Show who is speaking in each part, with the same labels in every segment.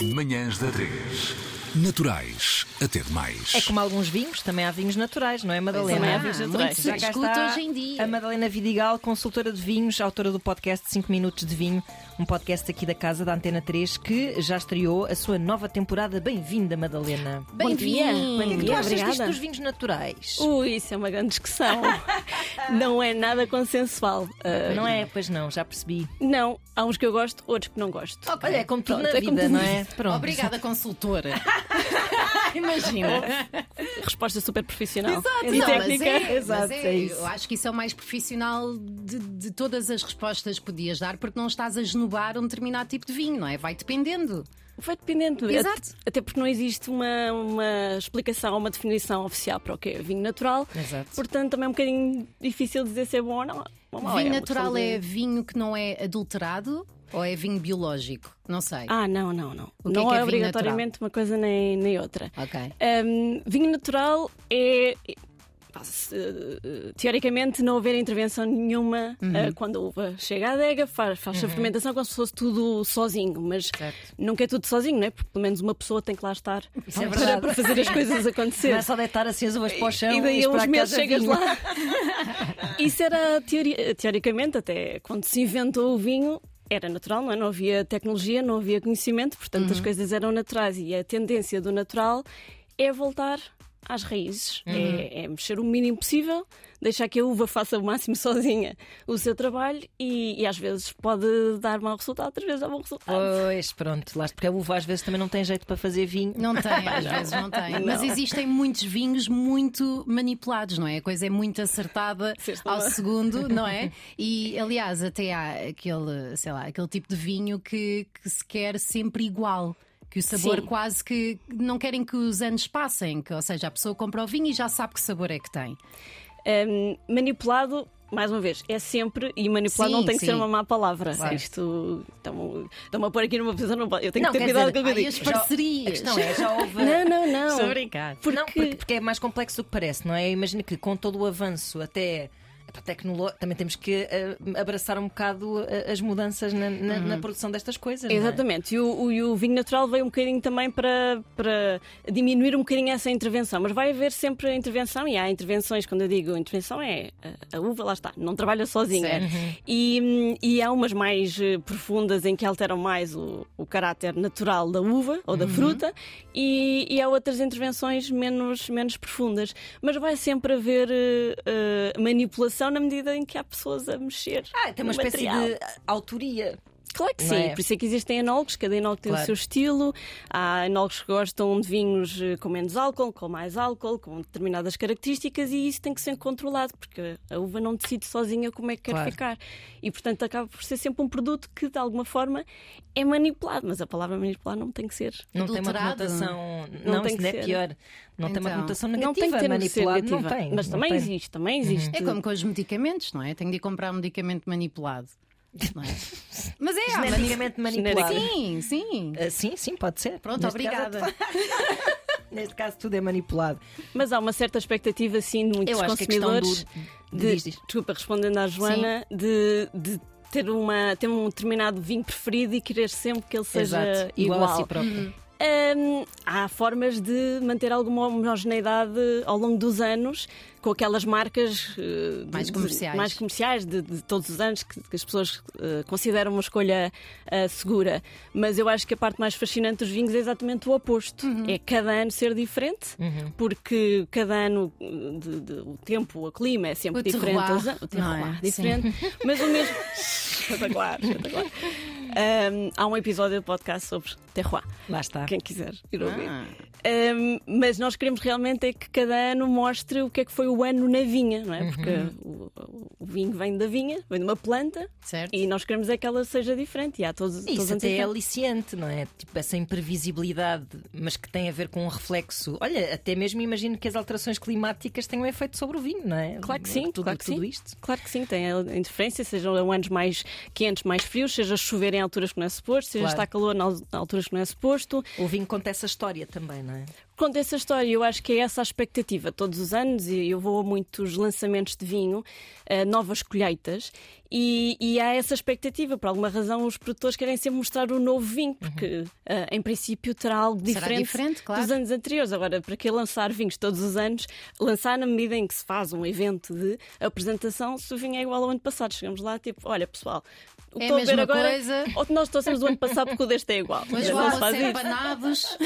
Speaker 1: Manhãs da 3. Naturais, a ter mais.
Speaker 2: É como alguns vinhos, também há vinhos naturais, não é, Madalena?
Speaker 3: também há vinhos naturais.
Speaker 2: muito já cá
Speaker 4: Escuta
Speaker 2: está
Speaker 4: hoje em dia.
Speaker 2: A Madalena Vidigal, consultora de vinhos, autora do podcast 5 Minutos de Vinho, um podcast aqui da casa da Antena 3 que já estreou a sua nova temporada. Bem-vinda, Madalena.
Speaker 3: Bom dia.
Speaker 4: Bem-vindo.
Speaker 3: Bom dia,
Speaker 2: O que tu achas disto
Speaker 3: obrigada.
Speaker 2: dos vinhos naturais?
Speaker 3: Ui, isso é uma grande discussão. não é nada consensual. Ah,
Speaker 2: Não é? Pois não, já percebi.
Speaker 3: não, há uns que eu gosto, outros que não gosto.
Speaker 2: Olha, é como tudo
Speaker 3: Pronto,
Speaker 2: na
Speaker 3: é como
Speaker 2: vida,
Speaker 3: tudo
Speaker 2: não
Speaker 3: na
Speaker 2: é? Pronto.
Speaker 4: Obrigada, consultora. Imagina.
Speaker 3: Resposta super profissional
Speaker 4: Exato,
Speaker 3: e
Speaker 4: não, mas
Speaker 3: técnica.
Speaker 4: é,
Speaker 3: Exato,
Speaker 4: mas é,
Speaker 3: é isso.
Speaker 4: Eu acho que isso é o mais profissional de, de todas as respostas que podias dar, porque não estás a esnobar um determinado tipo de vinho, não é? Vai dependendo.
Speaker 3: Vai dependendo.
Speaker 4: Exato.
Speaker 3: Até porque não existe uma, uma explicação, uma definição oficial para o que é vinho natural.
Speaker 2: Exato.
Speaker 3: Portanto, também é um bocadinho difícil dizer se é bom ou não. Ou mau, é
Speaker 4: vinho
Speaker 3: uma
Speaker 4: natural
Speaker 3: questão de-
Speaker 4: é vinho que não é adulterado ou é vinho biológico? Não sei.
Speaker 3: Ah, não, não, não.
Speaker 4: O que é
Speaker 3: não
Speaker 4: que é
Speaker 3: é,
Speaker 4: vinho
Speaker 3: obrigatoriamente uma coisa nem, nem outra.
Speaker 4: Ok.
Speaker 3: Um, vinho natural é. pá, se, eh, Teoricamente, não haver intervenção nenhuma
Speaker 2: Uhum.
Speaker 3: eh, quando a uva chega à adega, faz, faz a fermentação como se fosse tudo sozinho, mas
Speaker 4: Certo.
Speaker 3: nunca é tudo sozinho, não é? Porque pelo menos uma pessoa tem que lá estar
Speaker 2: é
Speaker 3: para,
Speaker 2: verdade.
Speaker 3: para fazer as coisas
Speaker 2: Não
Speaker 3: acontecer.
Speaker 2: é só deitar assim as uvas para o chão
Speaker 3: E daí a
Speaker 2: esperar
Speaker 3: uns
Speaker 2: que
Speaker 3: meses
Speaker 2: haja
Speaker 3: chegas
Speaker 2: vinho.
Speaker 3: lá. Isso era teori- teoricamente, até quando se inventou o vinho, era natural, não, é? não havia tecnologia, não havia conhecimento, portanto as coisas eram naturais e a tendência do natural é voltar às raízes, é, é mexer o mínimo possível, deixar que a uva faça o máximo sozinha o seu trabalho e, e às vezes pode dar mau resultado, outras vezes dá bom resultado.
Speaker 2: Pois, pronto, lá, porque a uva às vezes também não tem jeito para fazer vinho.
Speaker 4: Não tem, às vezes não tem. Mas existem muitos vinhos muito manipulados, não é? A coisa é muito acertada
Speaker 3: Sim, estou
Speaker 4: ao
Speaker 3: bem.
Speaker 4: segundo, não é? E aliás, até há aquele, sei lá, aquele tipo de vinho que, que se quer sempre igual. Que o sabor
Speaker 3: Sim.
Speaker 4: quase que não querem que os anos passem, que, ou seja, a pessoa compra o vinho e já sabe que sabor é que tem.
Speaker 3: Um, manipulado, mais uma vez, é sempre, e manipulado
Speaker 4: Sim,
Speaker 3: não tem que
Speaker 4: sim.
Speaker 3: ser uma má palavra.
Speaker 4: Claro.
Speaker 3: Isto estão- estão-me a pôr aqui numa posição, não pode- eu tenho
Speaker 2: Não,
Speaker 3: que ter
Speaker 2: quer
Speaker 3: cuidado
Speaker 2: dizer,
Speaker 3: com o que eu
Speaker 4: Ai,
Speaker 3: digo.
Speaker 4: as parcerias.
Speaker 2: Não Oh, é? Já houve.
Speaker 3: Não, não, não.
Speaker 2: Estou a brincar.
Speaker 3: Porque-
Speaker 2: Não, porque, porque é mais complexo do que parece, não é? Imagino que com todo o avanço até. epá, tecnolo- Também temos que eh, abraçar um bocado eh, as mudanças na, na- na produção destas coisas. não é?
Speaker 3: Uhum. Exatamente, e o, o- e o vinho natural veio um bocadinho também para, para diminuir um bocadinho essa intervenção, mas vai haver sempre a intervenção, e há intervenções, quando eu digo intervenção, é a, a uva, lá está, não trabalha sozinha. E, hum, e há umas mais eh, profundas em que alteram mais o, o caráter natural da uva ou
Speaker 2: Uhum.
Speaker 3: da fruta, e, e há outras intervenções menos, menos profundas, mas vai sempre haver eh, eh, manipulação na medida em que há pessoas a mexer.
Speaker 2: Ah, tem uma
Speaker 3: no
Speaker 2: espécie
Speaker 3: material.
Speaker 2: de ah, autoria.
Speaker 3: Claro que
Speaker 2: Não
Speaker 3: sim,
Speaker 2: é?
Speaker 3: por isso é que existem enólogos, cada enólogo tem
Speaker 2: Claro.
Speaker 3: o seu estilo. Há enólogos que gostam de vinhos eh, com menos álcool, com mais álcool, com determinadas características e isso tem que ser controlado, porque a uva não decide sozinha como é que quer
Speaker 2: Claro.
Speaker 3: ficar. E portanto acaba por ser sempre um produto que de alguma forma é manipulado, mas a palavra manipular não tem que ser.
Speaker 2: Não
Speaker 4: Adulterado.
Speaker 2: tem uma conotação. Não,
Speaker 3: Não tem
Speaker 2: isso
Speaker 3: que
Speaker 2: não é
Speaker 3: ser.
Speaker 2: pior. Não tem uma
Speaker 4: Então,
Speaker 2: conotação
Speaker 3: não
Speaker 2: negativa.
Speaker 3: tem que ter
Speaker 2: manipulado,
Speaker 3: negativa,
Speaker 2: não tem.
Speaker 3: mas
Speaker 2: não
Speaker 3: também
Speaker 2: tem. Uhum.
Speaker 3: existe, também existe.
Speaker 4: É como com os medicamentos, não é? Tenho de ir comprar um medicamento manipulado. não é? Mas é, há manip-
Speaker 2: Geneticamente Ah, manipulado.
Speaker 4: Sim, sim.
Speaker 2: Ah, sim, sim, pode ser.
Speaker 4: Pronto,
Speaker 2: Neste caso,
Speaker 4: obrigada.
Speaker 2: neste caso, tudo é manipulado.
Speaker 3: Mas há uma certa expectativa, sim, de muitos
Speaker 2: Eu acho que a questão
Speaker 3: consumidores.
Speaker 2: do-
Speaker 3: de-
Speaker 2: diz, diz.
Speaker 3: Desculpa, respondendo à Joana, de, de ter, uma, ter um determinado vinho preferido e querer sempre que ele seja
Speaker 2: Exato.
Speaker 3: eh, igual.
Speaker 2: a si próprio.
Speaker 3: Hum, há formas de manter alguma homogeneidade ao longo dos anos com aquelas marcas eh, de-
Speaker 4: Mais comerciais.
Speaker 3: de, mais comerciais de, de todos os anos que, que as pessoas eh, consideram uma escolha eh, segura. Mas eu acho que a parte mais fascinante dos vinhos é exatamente o oposto.
Speaker 4: Uhum.
Speaker 3: É cada ano ser diferente, porque cada ano eh, de- de- o tempo, o clima é sempre
Speaker 4: O
Speaker 3: diferente.
Speaker 4: terroir,
Speaker 3: Os an- o terroir
Speaker 4: não é?
Speaker 3: diferente. Mas o mesmo. espetacular, espetacular. Hum, há um episódio do podcast sobre terroir
Speaker 2: Lá está.
Speaker 3: quem quiser ir ouvir.
Speaker 4: Ah.
Speaker 3: Um, mas nós queremos realmente é que cada ano mostre o que é que foi o ano na vinha, não é?
Speaker 2: Uhum.
Speaker 3: Porque o, o vinho vem da vinha, vem de uma planta
Speaker 4: Certo.
Speaker 3: e nós queremos é que ela seja diferente. E há todos, todos
Speaker 2: Isso
Speaker 3: anos
Speaker 2: até é
Speaker 3: diferentes.
Speaker 2: aliciante, não é? Tipo, essa imprevisibilidade, mas que tem a ver com um reflexo. Olha, até mesmo imagino que as alterações climáticas tenham efeito sobre o vinho, não é?
Speaker 3: Claro que sim,
Speaker 2: tudo,
Speaker 3: claro que
Speaker 2: tudo
Speaker 3: sim.
Speaker 2: isto.
Speaker 3: Claro que sim, tem a a interferência, sejam anos mais quentes, mais frios, seja chover em alturas que não é suposto, seja
Speaker 2: Claro.
Speaker 3: estar calor na al- em alturas que não é suposto.
Speaker 2: O vinho conta essa história também, não é?
Speaker 3: conto essa história. Eu acho que é essa a expectativa. Todos os anos e eu vou a muitos lançamentos de vinho, a novas colheitas, e, e há essa expectativa. Por alguma razão, os produtores querem sempre mostrar o novo vinho, porque ah, em princípio terá algo
Speaker 4: Será
Speaker 3: diferente,
Speaker 4: diferente, claro.
Speaker 3: dos anos anteriores. Agora, para que lançar vinhos todos os anos? Lançar na medida em que se faz um evento de apresentação, se o vinho é igual ao ano passado. Chegamos lá, tipo, olha pessoal. o
Speaker 4: É a
Speaker 3: que estou ver
Speaker 4: mesma
Speaker 3: agora,
Speaker 4: coisa.
Speaker 3: Ou nós trouxemos do ano passado porque o deste é igual.
Speaker 4: Mas
Speaker 3: Não
Speaker 4: vão
Speaker 3: se faz
Speaker 4: ser
Speaker 3: isso.
Speaker 4: panados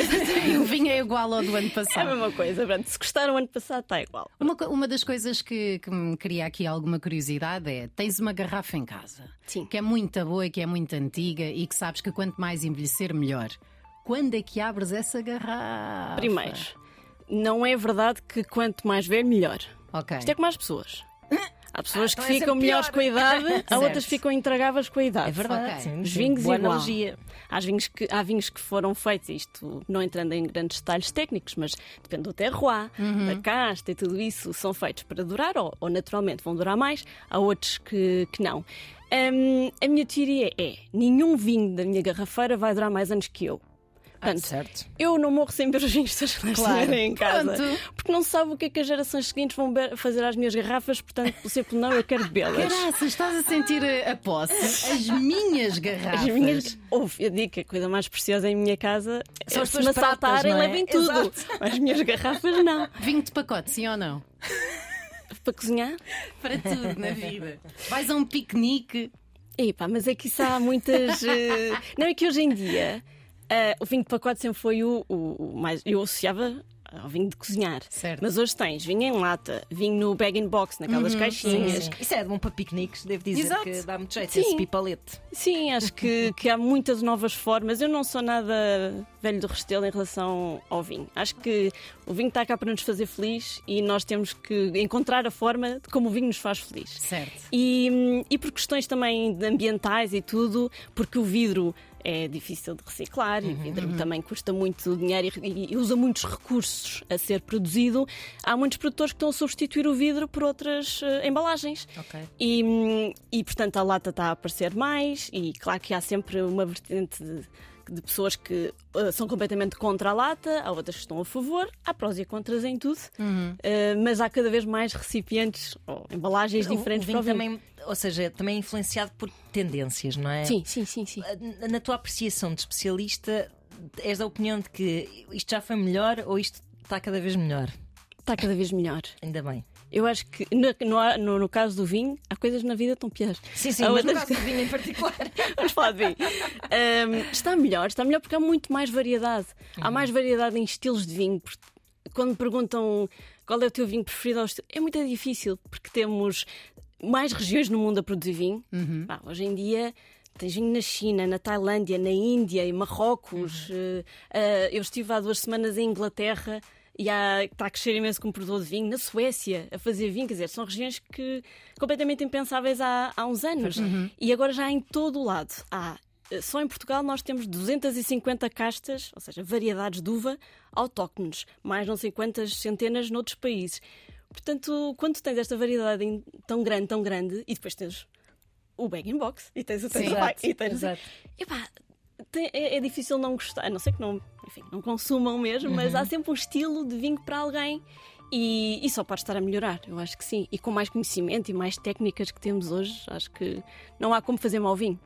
Speaker 4: e o vinho é igual ao do ano
Speaker 3: É a
Speaker 4: passado.
Speaker 3: mesma coisa, pronto. Se gostaram o ano passado, está igual.
Speaker 4: Uma, co- uma das coisas que, que me cria aqui alguma curiosidade é: tens uma garrafa em casa
Speaker 3: Sim.
Speaker 4: que é muito boa e que é muito antiga e que sabes que quanto mais envelhecer, melhor. Quando é que abres essa garrafa?
Speaker 3: Primeiro, não é verdade que quanto mais ver, melhor.
Speaker 4: Ok.
Speaker 3: Isto é como as pessoas. Há pessoas que
Speaker 2: então é
Speaker 3: ficam
Speaker 2: sempre
Speaker 3: melhores
Speaker 2: pior.
Speaker 3: com a idade, há
Speaker 4: Certo.
Speaker 3: outras que ficam intragáveis com a idade.
Speaker 2: É verdade.
Speaker 4: Ok.
Speaker 2: sim,
Speaker 3: Os
Speaker 2: sim.
Speaker 3: vinhos
Speaker 2: Boa
Speaker 3: igual.
Speaker 2: analogia.
Speaker 3: Há vinhos, que, há vinhos que foram feitos, isto não entrando em grandes detalhes técnicos, mas depende do terroir,
Speaker 2: Uhum.
Speaker 3: da casta e tudo isso, são feitos para durar ou, ou naturalmente vão durar mais, há outros que, que não. Hum, a minha teoria é: nenhum vinho da minha garrafeira vai durar mais anos que eu. Portanto,
Speaker 2: certo.
Speaker 3: eu não morro sem ver os vinhos das claro. em casa.
Speaker 4: Pronto.
Speaker 3: Porque não sabe o que é que as gerações seguintes vão be- fazer às minhas garrafas, portanto, por exemplo, não, eu quero bebê-las.
Speaker 4: Caraças, estás a sentir a, a posse? As minhas garrafas.
Speaker 3: As minhas. Ouve, eu digo que a coisa mais preciosa em minha casa
Speaker 2: São
Speaker 3: é
Speaker 2: as
Speaker 3: se
Speaker 2: tuas
Speaker 3: me assaltarem,
Speaker 2: pratas, não é?
Speaker 3: levem tudo.
Speaker 2: Exato.
Speaker 3: As minhas garrafas não.
Speaker 4: Vinho de pacote, sim ou não?
Speaker 3: Para cozinhar?
Speaker 4: Para tudo na vida. Vais a um piquenique.
Speaker 3: Epá, mas é que isso há muitas. eh, Não é que hoje em dia eh, o vinho de pacote sempre foi o, o- o mais. Eu associava ao vinho de cozinhar.
Speaker 4: Certo.
Speaker 3: Mas hoje tens vinho em lata, vinho no bag in box, naquelas caixinhas.
Speaker 2: Uhum. Sim, sim. Isso é bom para piqueniques, devo dizer
Speaker 4: Exato.
Speaker 2: que dá muito jeito
Speaker 3: Sim.
Speaker 2: esse pipalete.
Speaker 3: Sim, acho que, que há muitas novas formas. Eu não sou nada velho do restelo em relação ao vinho. Acho que o vinho está cá para nos fazer feliz e nós temos que encontrar a forma de como o vinho nos faz feliz.
Speaker 4: Certo.
Speaker 3: E, hum, e por questões também de ambientais e tudo, porque o vidro é difícil de reciclar e o vidro também custa muito dinheiro e- e, e usa muitos recursos a ser produzido. Há muitos produtores que estão a substituir o vidro por outras eh, embalagens.
Speaker 4: Ok.
Speaker 3: E, hum, e, portanto a lata está a aparecer mais, e claro que há sempre uma vertente de, de pessoas que ah, são completamente contra a lata, há outras que estão a favor, há prós e contras em tudo, Ah, mas há cada vez mais recipientes ou embalagens
Speaker 2: O- o
Speaker 3: diferentes
Speaker 2: vinho
Speaker 3: para o vinho.
Speaker 2: também, ou seja, também é influenciado por tendências, não é?
Speaker 3: Sim, sim, sim, sim.
Speaker 2: Na- Na tua apreciação de especialista, és da opinião de que isto já foi melhor ou isto está cada vez melhor?
Speaker 3: Está cada vez melhor.
Speaker 2: Ainda bem.
Speaker 3: Eu acho que no, no- no- no caso do vinho, há coisas na vida tão piores.
Speaker 2: Sim, sim,
Speaker 3: Há
Speaker 2: Ah, mas no
Speaker 3: outras-
Speaker 2: caso do vinho em particular.
Speaker 3: Vamos falar de vinho. Ahm, está melhor, está melhor porque há muito mais variedade.
Speaker 2: Uhum.
Speaker 3: Há mais variedade em estilos de vinho. Porque Quando me perguntam qual é o teu vinho preferido, ao estilo- é muito difícil porque temos mais regiões no mundo a produzir vinho.
Speaker 2: Uhum.
Speaker 3: Pá, hoje em dia. Tens vinho na China, na Tailândia, na Índia, em Marrocos.
Speaker 2: Uhum.
Speaker 3: Eh, ah, eu estive há duas semanas em Inglaterra e há, está a crescer imenso como produtor de vinho. Na Suécia, a fazer vinho, quer dizer, são regiões que completamente impensáveis há, há uns anos. E agora já em todo o lado. Há, eh, só em Portugal nós temos 250 castas, ou seja, variedades de uva autóctones, mais não sei quantas centenas noutros países. Portanto, quando tens esta variedade em- tão grande, tão grande, e depois tens o bag in box, e tens o
Speaker 4: Sim,
Speaker 3: Tesla, e tens
Speaker 2: exato.
Speaker 3: Epá, tem- é, é difícil não gostar, a não ser que não, enfim, não consumam mesmo, mas há sempre um estilo de vinho para alguém e, e só pode estar a melhorar, eu acho que sim. E com mais conhecimento e mais técnicas que temos hoje, acho que não há como fazer mau vinho.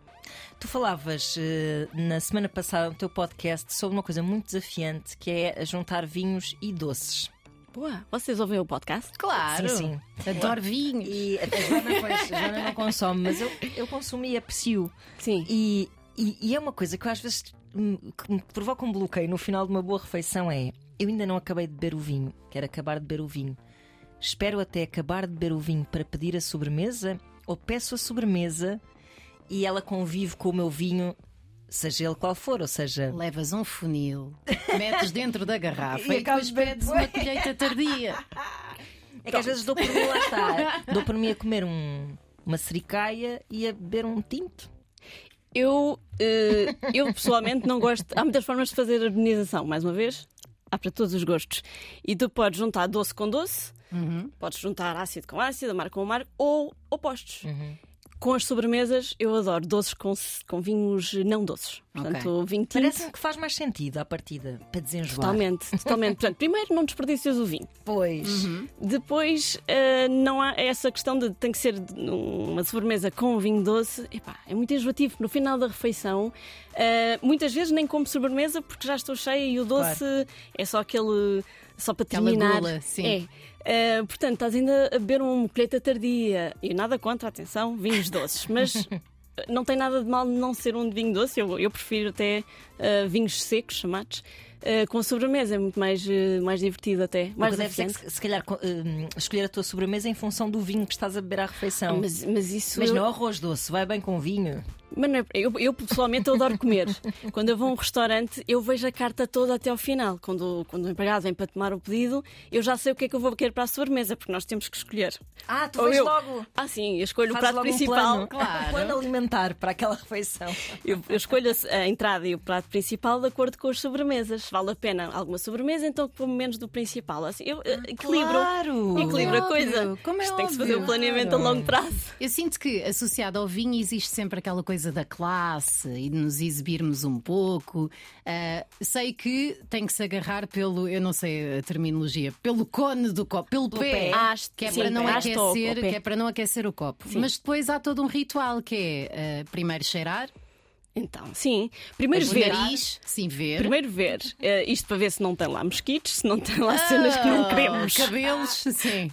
Speaker 2: Tu falavas eh, na semana passada no teu podcast sobre uma coisa muito desafiante que é juntar vinhos e doces.
Speaker 3: Boa, vocês ouvem o podcast?
Speaker 4: Claro.
Speaker 2: Sim,
Speaker 4: Adoro vinho.
Speaker 2: E a Joana, pois, a Joana não consome, mas eu, eu consumo e aprecio.
Speaker 3: Sim.
Speaker 2: E, e- e é uma coisa que eu às vezes me, que me provoca um bloqueio no final de uma boa refeição é eu ainda não acabei de beber o vinho, quero acabar de beber o vinho. Espero até acabar de beber o vinho para pedir a sobremesa ou peço a sobremesa e ela convive com o meu vinho, seja ele qual for, ou seja,
Speaker 4: Levas um funil, metes dentro da garrafa
Speaker 2: E
Speaker 4: e, depois
Speaker 2: acabas bem
Speaker 4: pedes uma colheita tardia.
Speaker 2: é que às vezes dou por mim lá estar, dou por mim a comer um- uma sericaia e a beber um tinto.
Speaker 3: Eu, eh, eu pessoalmente não gosto. Há muitas formas de fazer harmonização, mais uma vez. Há para todos os gostos. E tu podes juntar doce com doce, podes juntar ácido com ácido, amargo com amargo, ou opostos. Com as sobremesas, eu adoro doces com, com vinhos não doces. Portanto, vinho tinto.
Speaker 2: Parece-me que faz mais sentido à partida, para desenjoar.
Speaker 3: Totalmente, totalmente. Portanto, primeiro não desperdícias o vinho.
Speaker 2: Pois.
Speaker 3: Depois eh, não há essa questão de tem que ser uma sobremesa com vinho doce. Epá, é muito enjoativo. No final da refeição, eh, muitas vezes nem como sobremesa porque já estou cheia e o doce é só aquele. Só para
Speaker 4: Aquela
Speaker 3: terminar.
Speaker 4: gula, sim.
Speaker 3: É. Eh, portanto, estás ainda a beber uma colheita tardia. E nada contra, atenção, vinhos doces. Mas eh, não tem nada de mal não ser um de vinho doce. Eu, eu prefiro até eh, vinhos secos, chamados. Eh, com sobremesa é muito mais, eh, mais divertido, até.
Speaker 2: Mas
Speaker 3: Mais
Speaker 2: deve ser
Speaker 3: desafiante.
Speaker 2: que, se- se calhar, co- hum, escolher a tua sobremesa em função do vinho que estás a beber à refeição. Então, Mas,
Speaker 3: Mas, mas isso. eu-
Speaker 2: não é- arroz doce, vai bem com vinho.
Speaker 3: Mas não é- eu, eu pessoalmente eu adoro comer. quando eu vou a um restaurante, eu vejo a carta toda até ao final. Quando, quando o empregado vem para tomar o pedido, eu já sei o que é que eu vou querer para a sobremesa, porque nós temos que escolher.
Speaker 2: Ah, tu
Speaker 3: Ou
Speaker 2: vês
Speaker 3: eu-
Speaker 2: logo.
Speaker 3: Ah, sim, eu escolho
Speaker 2: Fazes
Speaker 3: o prato
Speaker 2: logo um
Speaker 3: principal. Hum,
Speaker 2: plano, um plano alimentar para aquela refeição.
Speaker 3: Eu, eu escolho a, a entrada e o prato principal de acordo com as sobremesas. Vale a pena alguma sobremesa, então como menos do principal. Assim, eu eh, equilibro.
Speaker 2: Ah, Claro.
Speaker 3: Equilibro a
Speaker 4: Como é
Speaker 3: coisa.
Speaker 4: óbvio, como é
Speaker 3: Isto tem que se fazer
Speaker 4: óbvio.
Speaker 3: um planeamento a
Speaker 2: Claro.
Speaker 3: longo prazo.
Speaker 4: Eu sinto que, associado ao vinho, existe sempre aquela coisa da classe e de nos exibirmos um pouco. Ah, sei que tem que se agarrar pelo, eu não sei a terminologia, pelo cone do copo, pelo pé.
Speaker 2: pé.
Speaker 3: Haste,
Speaker 4: que é,
Speaker 3: sim,
Speaker 4: para não
Speaker 3: pé. Haste ou- ou
Speaker 4: aquecer,
Speaker 3: pé.
Speaker 4: que é para não aquecer o copo. Mas depois há todo um ritual que é ah, primeiro cheirar,
Speaker 3: Então, sim. Primeiro
Speaker 4: depois
Speaker 3: ver.
Speaker 4: nariz, sim, ver.
Speaker 3: Primeiro ver, eh, isto para ver se não tem lá mosquitos, se não tem lá cenas que
Speaker 2: um
Speaker 3: não
Speaker 4: Ah,
Speaker 3: queremos.
Speaker 4: Cabelos, sim.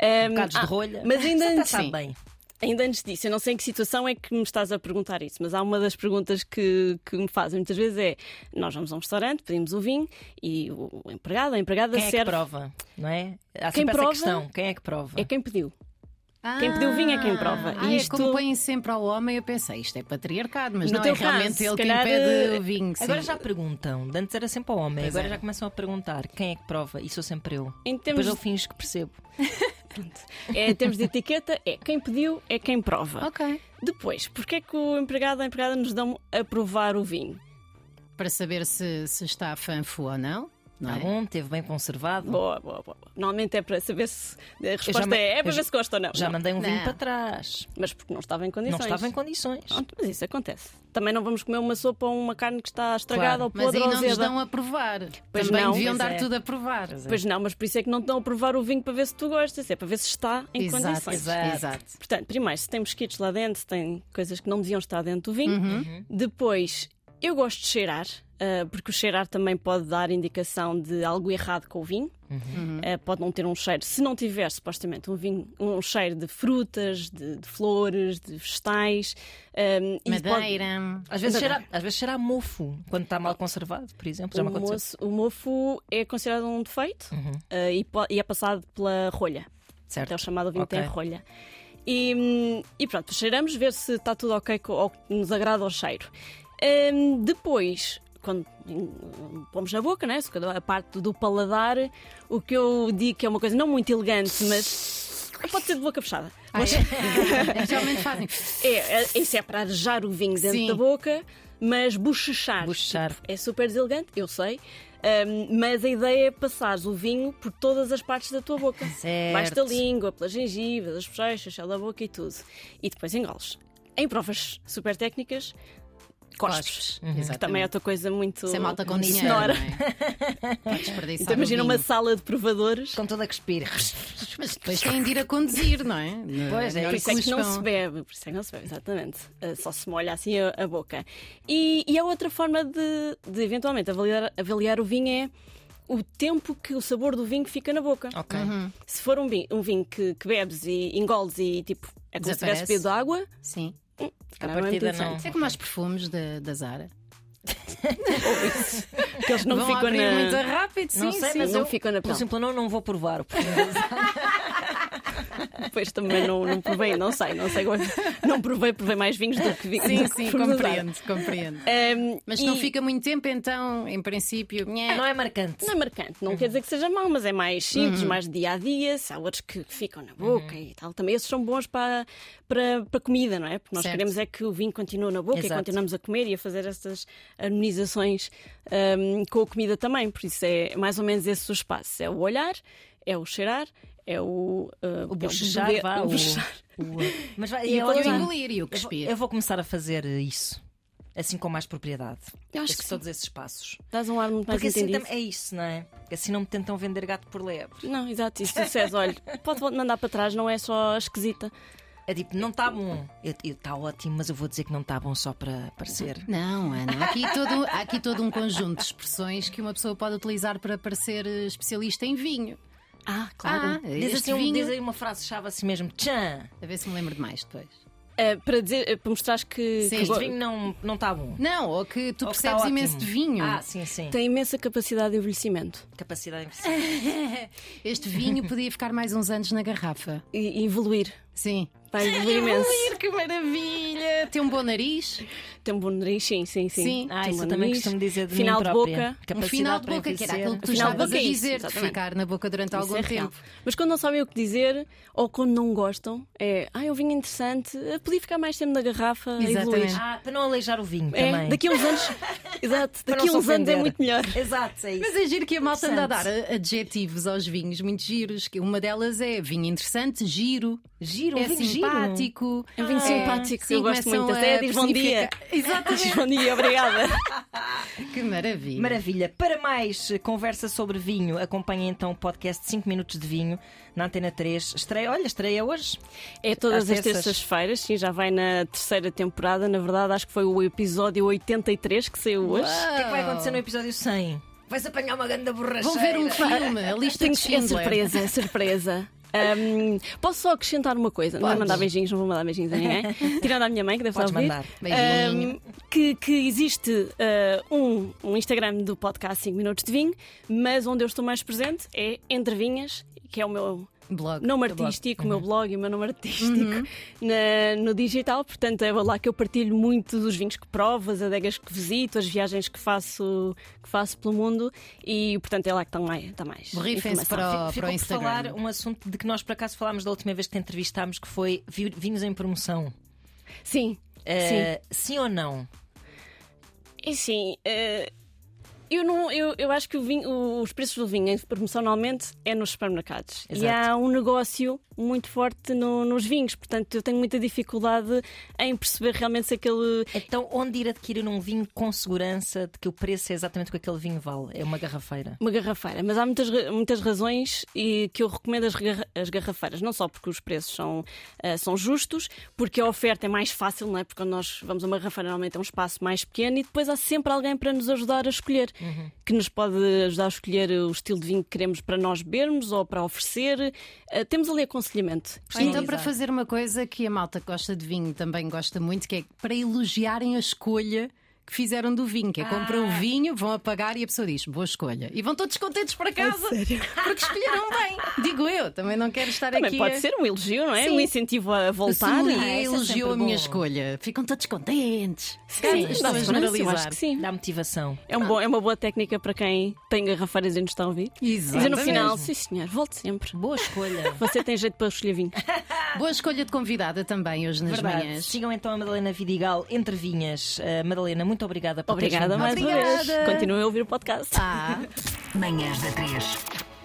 Speaker 3: Ehm,
Speaker 2: Bocados
Speaker 3: ah,
Speaker 2: Um de rolha. tá
Speaker 3: Mas ainda
Speaker 2: Isso até
Speaker 3: antes,
Speaker 2: sabe
Speaker 3: sim.
Speaker 2: bem.
Speaker 3: ainda antes disso, eu não sei em que situação é que me estás a perguntar isso, mas há uma das perguntas que, que me fazem muitas vezes é: nós vamos a um restaurante, pedimos o vinho e o empregado, a empregada
Speaker 2: Quem é que
Speaker 3: serve.
Speaker 2: prova? Não é? Há sempre
Speaker 3: Quem
Speaker 2: essa
Speaker 3: prova-
Speaker 2: questão. Quem é que prova?
Speaker 3: É quem pediu. Quem pediu vinho é quem prova.
Speaker 4: Ah,
Speaker 3: E
Speaker 4: é
Speaker 3: isto-
Speaker 4: como põem sempre ao homem, eu pensei, isto é patriarcado, mas
Speaker 3: No
Speaker 4: não é
Speaker 3: teu caso,
Speaker 4: realmente
Speaker 3: se
Speaker 4: ele
Speaker 3: calhar, eh,
Speaker 4: quem pede o vinho. sim.
Speaker 2: Agora já perguntam. De Antes era sempre o homem.
Speaker 4: Pois
Speaker 2: agora
Speaker 4: é.
Speaker 2: já começam a perguntar quem é que prova. E sou sempre eu.
Speaker 3: Em
Speaker 2: Depois
Speaker 3: termos,
Speaker 2: eu finjo que percebo.
Speaker 3: é, em termos de etiqueta, é quem pediu é quem prova.
Speaker 4: Ok.
Speaker 3: Depois, porque é que o empregado ou a empregada nos dão a provar o vinho?
Speaker 4: Para saber se, se está fanfo ou não. não
Speaker 2: Está
Speaker 4: é?
Speaker 3: Tá
Speaker 2: Tá bom? Teve bem conservado?
Speaker 3: Boa, boa, boa. boa. Normalmente é para saber se. A resposta
Speaker 2: ma-
Speaker 3: é, é para
Speaker 2: eu já-
Speaker 3: ver se gosta ou não.
Speaker 2: Já
Speaker 3: Não.
Speaker 2: mandei um vinho
Speaker 4: Não.
Speaker 2: para trás.
Speaker 3: Mas porque não estava em condições.
Speaker 2: Não estava em condições.
Speaker 3: Pronto, mas isso acontece. Também não vamos comer uma sopa ou uma carne que está estragada
Speaker 2: Claro,
Speaker 3: ou
Speaker 4: Mas
Speaker 3: podre
Speaker 4: aí
Speaker 3: ou
Speaker 4: não nos
Speaker 3: azeda.
Speaker 4: dão a provar.
Speaker 3: Pois
Speaker 4: Também
Speaker 3: não,
Speaker 4: deviam
Speaker 2: pois
Speaker 4: dar
Speaker 2: é.
Speaker 4: tudo a provar.
Speaker 3: Pois não, mas por isso é que não te dão a provar o vinho para ver se tu gostas. É para ver se está em
Speaker 4: Exato,
Speaker 3: condições.
Speaker 4: exato.
Speaker 3: Portanto, primeiro, se tem mosquitos lá dentro, se tem coisas que não deviam estar dentro do vinho.
Speaker 4: Uhum.
Speaker 3: Depois, eu gosto de cheirar, ah, porque o cheirar também pode dar indicação de algo errado com o vinho.
Speaker 4: Uhum.
Speaker 3: Ah, pode não ter um cheiro. Se não tiver, supostamente, um, vinho, um cheiro de frutas, de, de flores, de vegetais. ah, e pode-
Speaker 4: Madeira.
Speaker 2: Às vezes, cheira, às vezes cheira a mofo, quando está mal conservado, por exemplo. Já me
Speaker 3: o,
Speaker 2: aconteceu. Uhum.
Speaker 3: moço- o mofo é considerado um defeito eh, e, po- e é passado pela rolha.
Speaker 2: Certo.
Speaker 3: É o chamado vinho
Speaker 2: Ok.
Speaker 3: que tem rolha. E, hum, e pronto, cheiramos, ver se está tudo ok co- ou que nos agrada o cheiro. Hum, depois, quando hum, pomos na boca, né? se calhar a parte do paladar, o que eu digo que é uma coisa não muito elegante, mas pode ser de boca fechada.
Speaker 4: Ah, é? Geralmente fazem.
Speaker 3: É, é, isso é para arejar o vinho dentro
Speaker 4: Sim.
Speaker 3: da boca, mas bochechar.
Speaker 2: Bochechar.
Speaker 3: Tipo, É super deselegante, eu sei. hum, mas a ideia é passares o vinho por todas as partes da tua boca.
Speaker 2: Certo.
Speaker 3: Baixo da língua, pelas gengivas, as bochechas, céu da boca e tudo. E depois engoles. Em provas super técnicas, cospes. Que também é outra coisa muito
Speaker 4: Sem malta com
Speaker 3: muito
Speaker 4: dinheiro.
Speaker 3: sonora.
Speaker 4: não é? Para desperdiçar
Speaker 3: Então
Speaker 4: o
Speaker 3: imagina uma
Speaker 4: vinho.
Speaker 3: sala de provadores.
Speaker 2: Com toda a cuspir.
Speaker 4: Mas depois têm de ir a conduzir, não é?
Speaker 2: Pois é,
Speaker 4: Não
Speaker 3: Por isso é que não
Speaker 4: cuspam.
Speaker 3: se bebe, por isso é que não se bebe, exatamente. Ah, só se molha assim a, a boca. E, e a outra forma de, de eventualmente avaliar, avaliar o vinho é o tempo que o sabor do vinho fica na boca.
Speaker 2: Ok.
Speaker 3: Se for um vinho, um vinho que, que bebes e engoles e tipo, é como se tivesse
Speaker 4: Desaparece.
Speaker 3: bebido água,
Speaker 4: Sim.
Speaker 3: se
Speaker 2: A
Speaker 3: calhar é muito
Speaker 2: partida não.
Speaker 3: interessante.
Speaker 4: É como aos perfumes da, da Zara.
Speaker 3: Que eles não
Speaker 4: Vão
Speaker 3: ficam
Speaker 4: abrir
Speaker 3: na.
Speaker 4: muito rápido, sim,
Speaker 2: não sei,
Speaker 4: sim.
Speaker 2: mas
Speaker 3: não
Speaker 2: eu
Speaker 3: ficam na
Speaker 2: pelo
Speaker 3: pele.
Speaker 2: simples não, não vou provar. porque-
Speaker 3: Depois também não, não provei, não sei, não sei. como- Não provei, provei mais vinhos do que vinhos.
Speaker 4: Sim, sim, compreendo, compreendo. Mas se não fica muito tempo, então, em princípio, nhé.
Speaker 2: Não é marcante.
Speaker 3: Não é marcante, não quer dizer que seja mau, mas é mais simples, mais dia a dia. Se há outros que ficam na boca e tal, também esses são bons para, para, para comida, não é? Porque nós
Speaker 4: Certo.
Speaker 3: queremos é que o vinho continue na boca e
Speaker 2: Exato.
Speaker 3: continuamos a comer e a fazer estas harmonizações hum, com a comida também. Por isso é mais ou menos esse o espaço: é o olhar, é o cheirar, é o. ah,
Speaker 2: O
Speaker 3: é
Speaker 2: bocejar,
Speaker 3: beber-
Speaker 2: vá,
Speaker 3: o
Speaker 2: o-
Speaker 3: bocejar.
Speaker 2: Mas vai,
Speaker 4: E
Speaker 2: eu,
Speaker 4: o
Speaker 2: olha, é. eu,
Speaker 4: engolir e o
Speaker 2: vou-
Speaker 4: cuspir.
Speaker 2: eu vou começar a fazer eh, isso. Assim com mais propriedade.
Speaker 3: Eu acho
Speaker 2: Esse-
Speaker 3: que sim.
Speaker 2: todos esses passos.
Speaker 3: Dás um ar muito mais
Speaker 2: Porque assim
Speaker 3: entendido.
Speaker 2: tam- é isso, não é? Porque assim não me tentam vender gato por lebre.
Speaker 3: Não, exato, isso sucesso. Olha, pode mandar para trás, não é só esquisita.
Speaker 2: É tipo, não está bom. Está ótimo, mas eu vou dizer que não está bom só para parecer.
Speaker 4: Não, Ana, há aqui, todo, há aqui todo um conjunto de expressões que uma pessoa pode utilizar para parecer eh, especialista em vinho.
Speaker 3: Ah,
Speaker 4: Ah,
Speaker 2: Diz,
Speaker 4: este
Speaker 2: assim, um-
Speaker 4: vinho.
Speaker 2: diz aí uma frase-chave assim mesmo: Tchan!
Speaker 4: A ver se me lembro de mais depois.
Speaker 3: para dizer, eh, para mostrar que,
Speaker 4: Sim.
Speaker 3: que
Speaker 4: Este
Speaker 2: Este
Speaker 3: go-
Speaker 2: vinho não não está bom.
Speaker 4: Não, ou que tu
Speaker 2: Ou que tá
Speaker 4: percebes
Speaker 2: ótimo.
Speaker 4: imenso de vinho.
Speaker 2: Ah, sim, sim.
Speaker 3: tem imensa capacidade de envelhecimento
Speaker 2: Capacidade de
Speaker 4: Este vinho podia ficar mais uns anos na garrafa.
Speaker 3: e, e evoluir.
Speaker 4: Sim.
Speaker 3: Vai evoluir imenso.
Speaker 4: que maravilha! Tem um bom nariz.
Speaker 3: Tem um bom nariz, sim, sim, sim.
Speaker 4: Sim.
Speaker 2: Ah,
Speaker 3: Tem um
Speaker 2: isso
Speaker 3: bom
Speaker 2: eu também
Speaker 3: nariz.
Speaker 2: costumo dizer de mim
Speaker 3: Final de
Speaker 2: própria.
Speaker 3: boca.
Speaker 4: Um
Speaker 2: Capacidade
Speaker 4: final de
Speaker 2: para
Speaker 4: boca, que era
Speaker 2: envelhecer.
Speaker 4: aquilo que tu
Speaker 3: Afinal de
Speaker 4: estavas
Speaker 3: boca
Speaker 4: a
Speaker 3: é isso,
Speaker 4: dizer, de
Speaker 3: exatamente.
Speaker 4: ficar na boca durante algum
Speaker 3: Isso é real.
Speaker 4: tempo.
Speaker 3: Mas quando não sabem o que dizer, ou quando não gostam, é ah, eu vinho interessante, eh, podia ficar mais tempo na garrafa a
Speaker 4: Exatamente.
Speaker 3: evoluir.
Speaker 2: Ah, para não aleijar o vinho
Speaker 3: É,
Speaker 2: também.
Speaker 3: daqui a uns anos, exato,
Speaker 2: Para não
Speaker 3: daqui
Speaker 2: se
Speaker 3: a uns anos é
Speaker 2: ofender.
Speaker 3: muito melhor.
Speaker 2: Exato, é isso.
Speaker 4: Mas é giro que a malta anda a dar
Speaker 2: Interessante.
Speaker 4: adjetivos aos vinhos muito giros. que Uma delas é vinho interessante, giro,
Speaker 2: Giro, um
Speaker 4: é
Speaker 2: vinho giro.
Speaker 4: simpático.
Speaker 3: É um vinho
Speaker 4: Ah.
Speaker 3: simpático,
Speaker 4: Sim,
Speaker 3: eu gosto
Speaker 4: começam
Speaker 3: muito.
Speaker 4: a
Speaker 3: Até diz bom dia.
Speaker 4: personificar.
Speaker 3: Diz bom dia, obrigada.
Speaker 4: Que maravilha.
Speaker 2: Maravilha. Para mais eh, conversa sobre vinho, acompanhe então o podcast 5 minutos de vinho na Antena 3. Estreia, olha, estreia hoje.
Speaker 3: É todas
Speaker 2: Às
Speaker 3: as
Speaker 2: terças.
Speaker 3: terças-feiras, sim, já vai na terceira temporada. Na verdade, acho que foi o episódio 83 que saiu hoje.
Speaker 2: O que é que vai acontecer no episódio 100? Vais apanhar uma grande borracha.
Speaker 4: Vão ver um filme, a lista
Speaker 3: Tenho-
Speaker 4: de
Speaker 3: é
Speaker 4: Schindler.
Speaker 3: surpresa, é surpresa. Ahm, posso só acrescentar uma coisa? Não é
Speaker 4: Podes.
Speaker 3: mandar beijinhos, não vou mandar beijinhos a ninguém. Tirando a minha mãe, que deve
Speaker 2: Podes
Speaker 3: estar a ouvir.
Speaker 2: mandar.
Speaker 4: Beijinho.
Speaker 3: Ahm, que, que existe ah, um, um Instagram do podcast 5 Minutos de Vinho, mas onde eu estou mais presente é Entre Vinhas, que é o meu
Speaker 4: Blog.
Speaker 3: nome
Speaker 4: Blog.
Speaker 3: artístico, o
Speaker 4: Uhum.
Speaker 3: meu blog e o meu nome artístico na- no digital. Portanto, é lá que eu partilho muito dos vinhos que provo, as adegas que visito, as viagens que faço, que faço pelo mundo e, portanto, é lá que está mais. Está mais
Speaker 4: Borrifem-se
Speaker 3: informação.
Speaker 4: para o,
Speaker 2: Ficou
Speaker 4: para o
Speaker 2: por
Speaker 4: Instagram.
Speaker 2: falar um assunto de que nós por acaso falámos da última vez que te entrevistámos, que foi vi- vinhos em promoção.
Speaker 3: Sim. sim.
Speaker 2: Eh, sim ou não?
Speaker 3: E sim, eh, eu, não, eu, eu acho que o vinho- o- os preços do vinho em promoção normalmente é nos supermercados. E
Speaker 2: Exato.
Speaker 3: há um negócio muito forte no- nos vinhos, portanto eu tenho muita dificuldade em perceber realmente se aquele.
Speaker 2: Então, onde ir adquirir um vinho com segurança de que o preço é exatamente o que aquele vinho vale? É uma garrafeira.
Speaker 3: Uma garrafeira, mas há muitas, ra- muitas razões e que eu recomendo as, garra- as garrafeiras, não só porque os preços são, eh, são justos, porque a oferta é mais fácil, não é? Porque quando nós vamos a uma garrafeira normalmente é um espaço mais pequeno e depois há sempre alguém para nos ajudar a escolher, que nos pode ajudar a escolher o estilo de vinho que queremos para nós bebermos ou para oferecer. Eh, temos ali aconselhamento.
Speaker 4: Ou então, para fazer uma coisa que a malta que gosta de vinho também gosta muito, que é para elogiarem a escolha que fizeram do vinho, que é compram o vinho, vão a pagar e a pessoa diz boa escolha. E vão todos contentes para casa porque escolheram bem. Digo eu, também não quero estar
Speaker 3: Também
Speaker 4: aqui.
Speaker 3: pode
Speaker 4: a...
Speaker 3: ser um elogio, não é?
Speaker 4: Sim.
Speaker 3: Um incentivo a
Speaker 4: O
Speaker 3: voltar.
Speaker 4: sommelier
Speaker 2: Ah, isso é
Speaker 4: elogiou
Speaker 2: sempre
Speaker 4: a minha
Speaker 2: bom.
Speaker 4: escolha. Ficam todos contentes.
Speaker 3: Sim,
Speaker 4: As pessoas
Speaker 3: dá segurança, eu acho
Speaker 4: generalizar.
Speaker 3: que sim.
Speaker 2: Dá motivação.
Speaker 3: É, um bom- é uma boa técnica para quem tem garrafeiras e nos está a ouvir. Dizer no
Speaker 4: Exatamente.
Speaker 3: final, sim senhor, volte sempre.
Speaker 2: Boa escolha.
Speaker 3: Você tem jeito para escolher vinho.
Speaker 4: Boa escolha de convidada também hoje nas
Speaker 2: Verdade.
Speaker 4: manhãs.
Speaker 2: Sigam então a Madalena Vidigal entre vinhas. Ah, Madalena, muito obrigada por teres
Speaker 3: Obrigada
Speaker 2: vindo.
Speaker 3: mais uma vez.
Speaker 4: Obrigada.
Speaker 3: Continuem a ouvir o podcast.
Speaker 4: Ah.
Speaker 5: Manhãs da 3.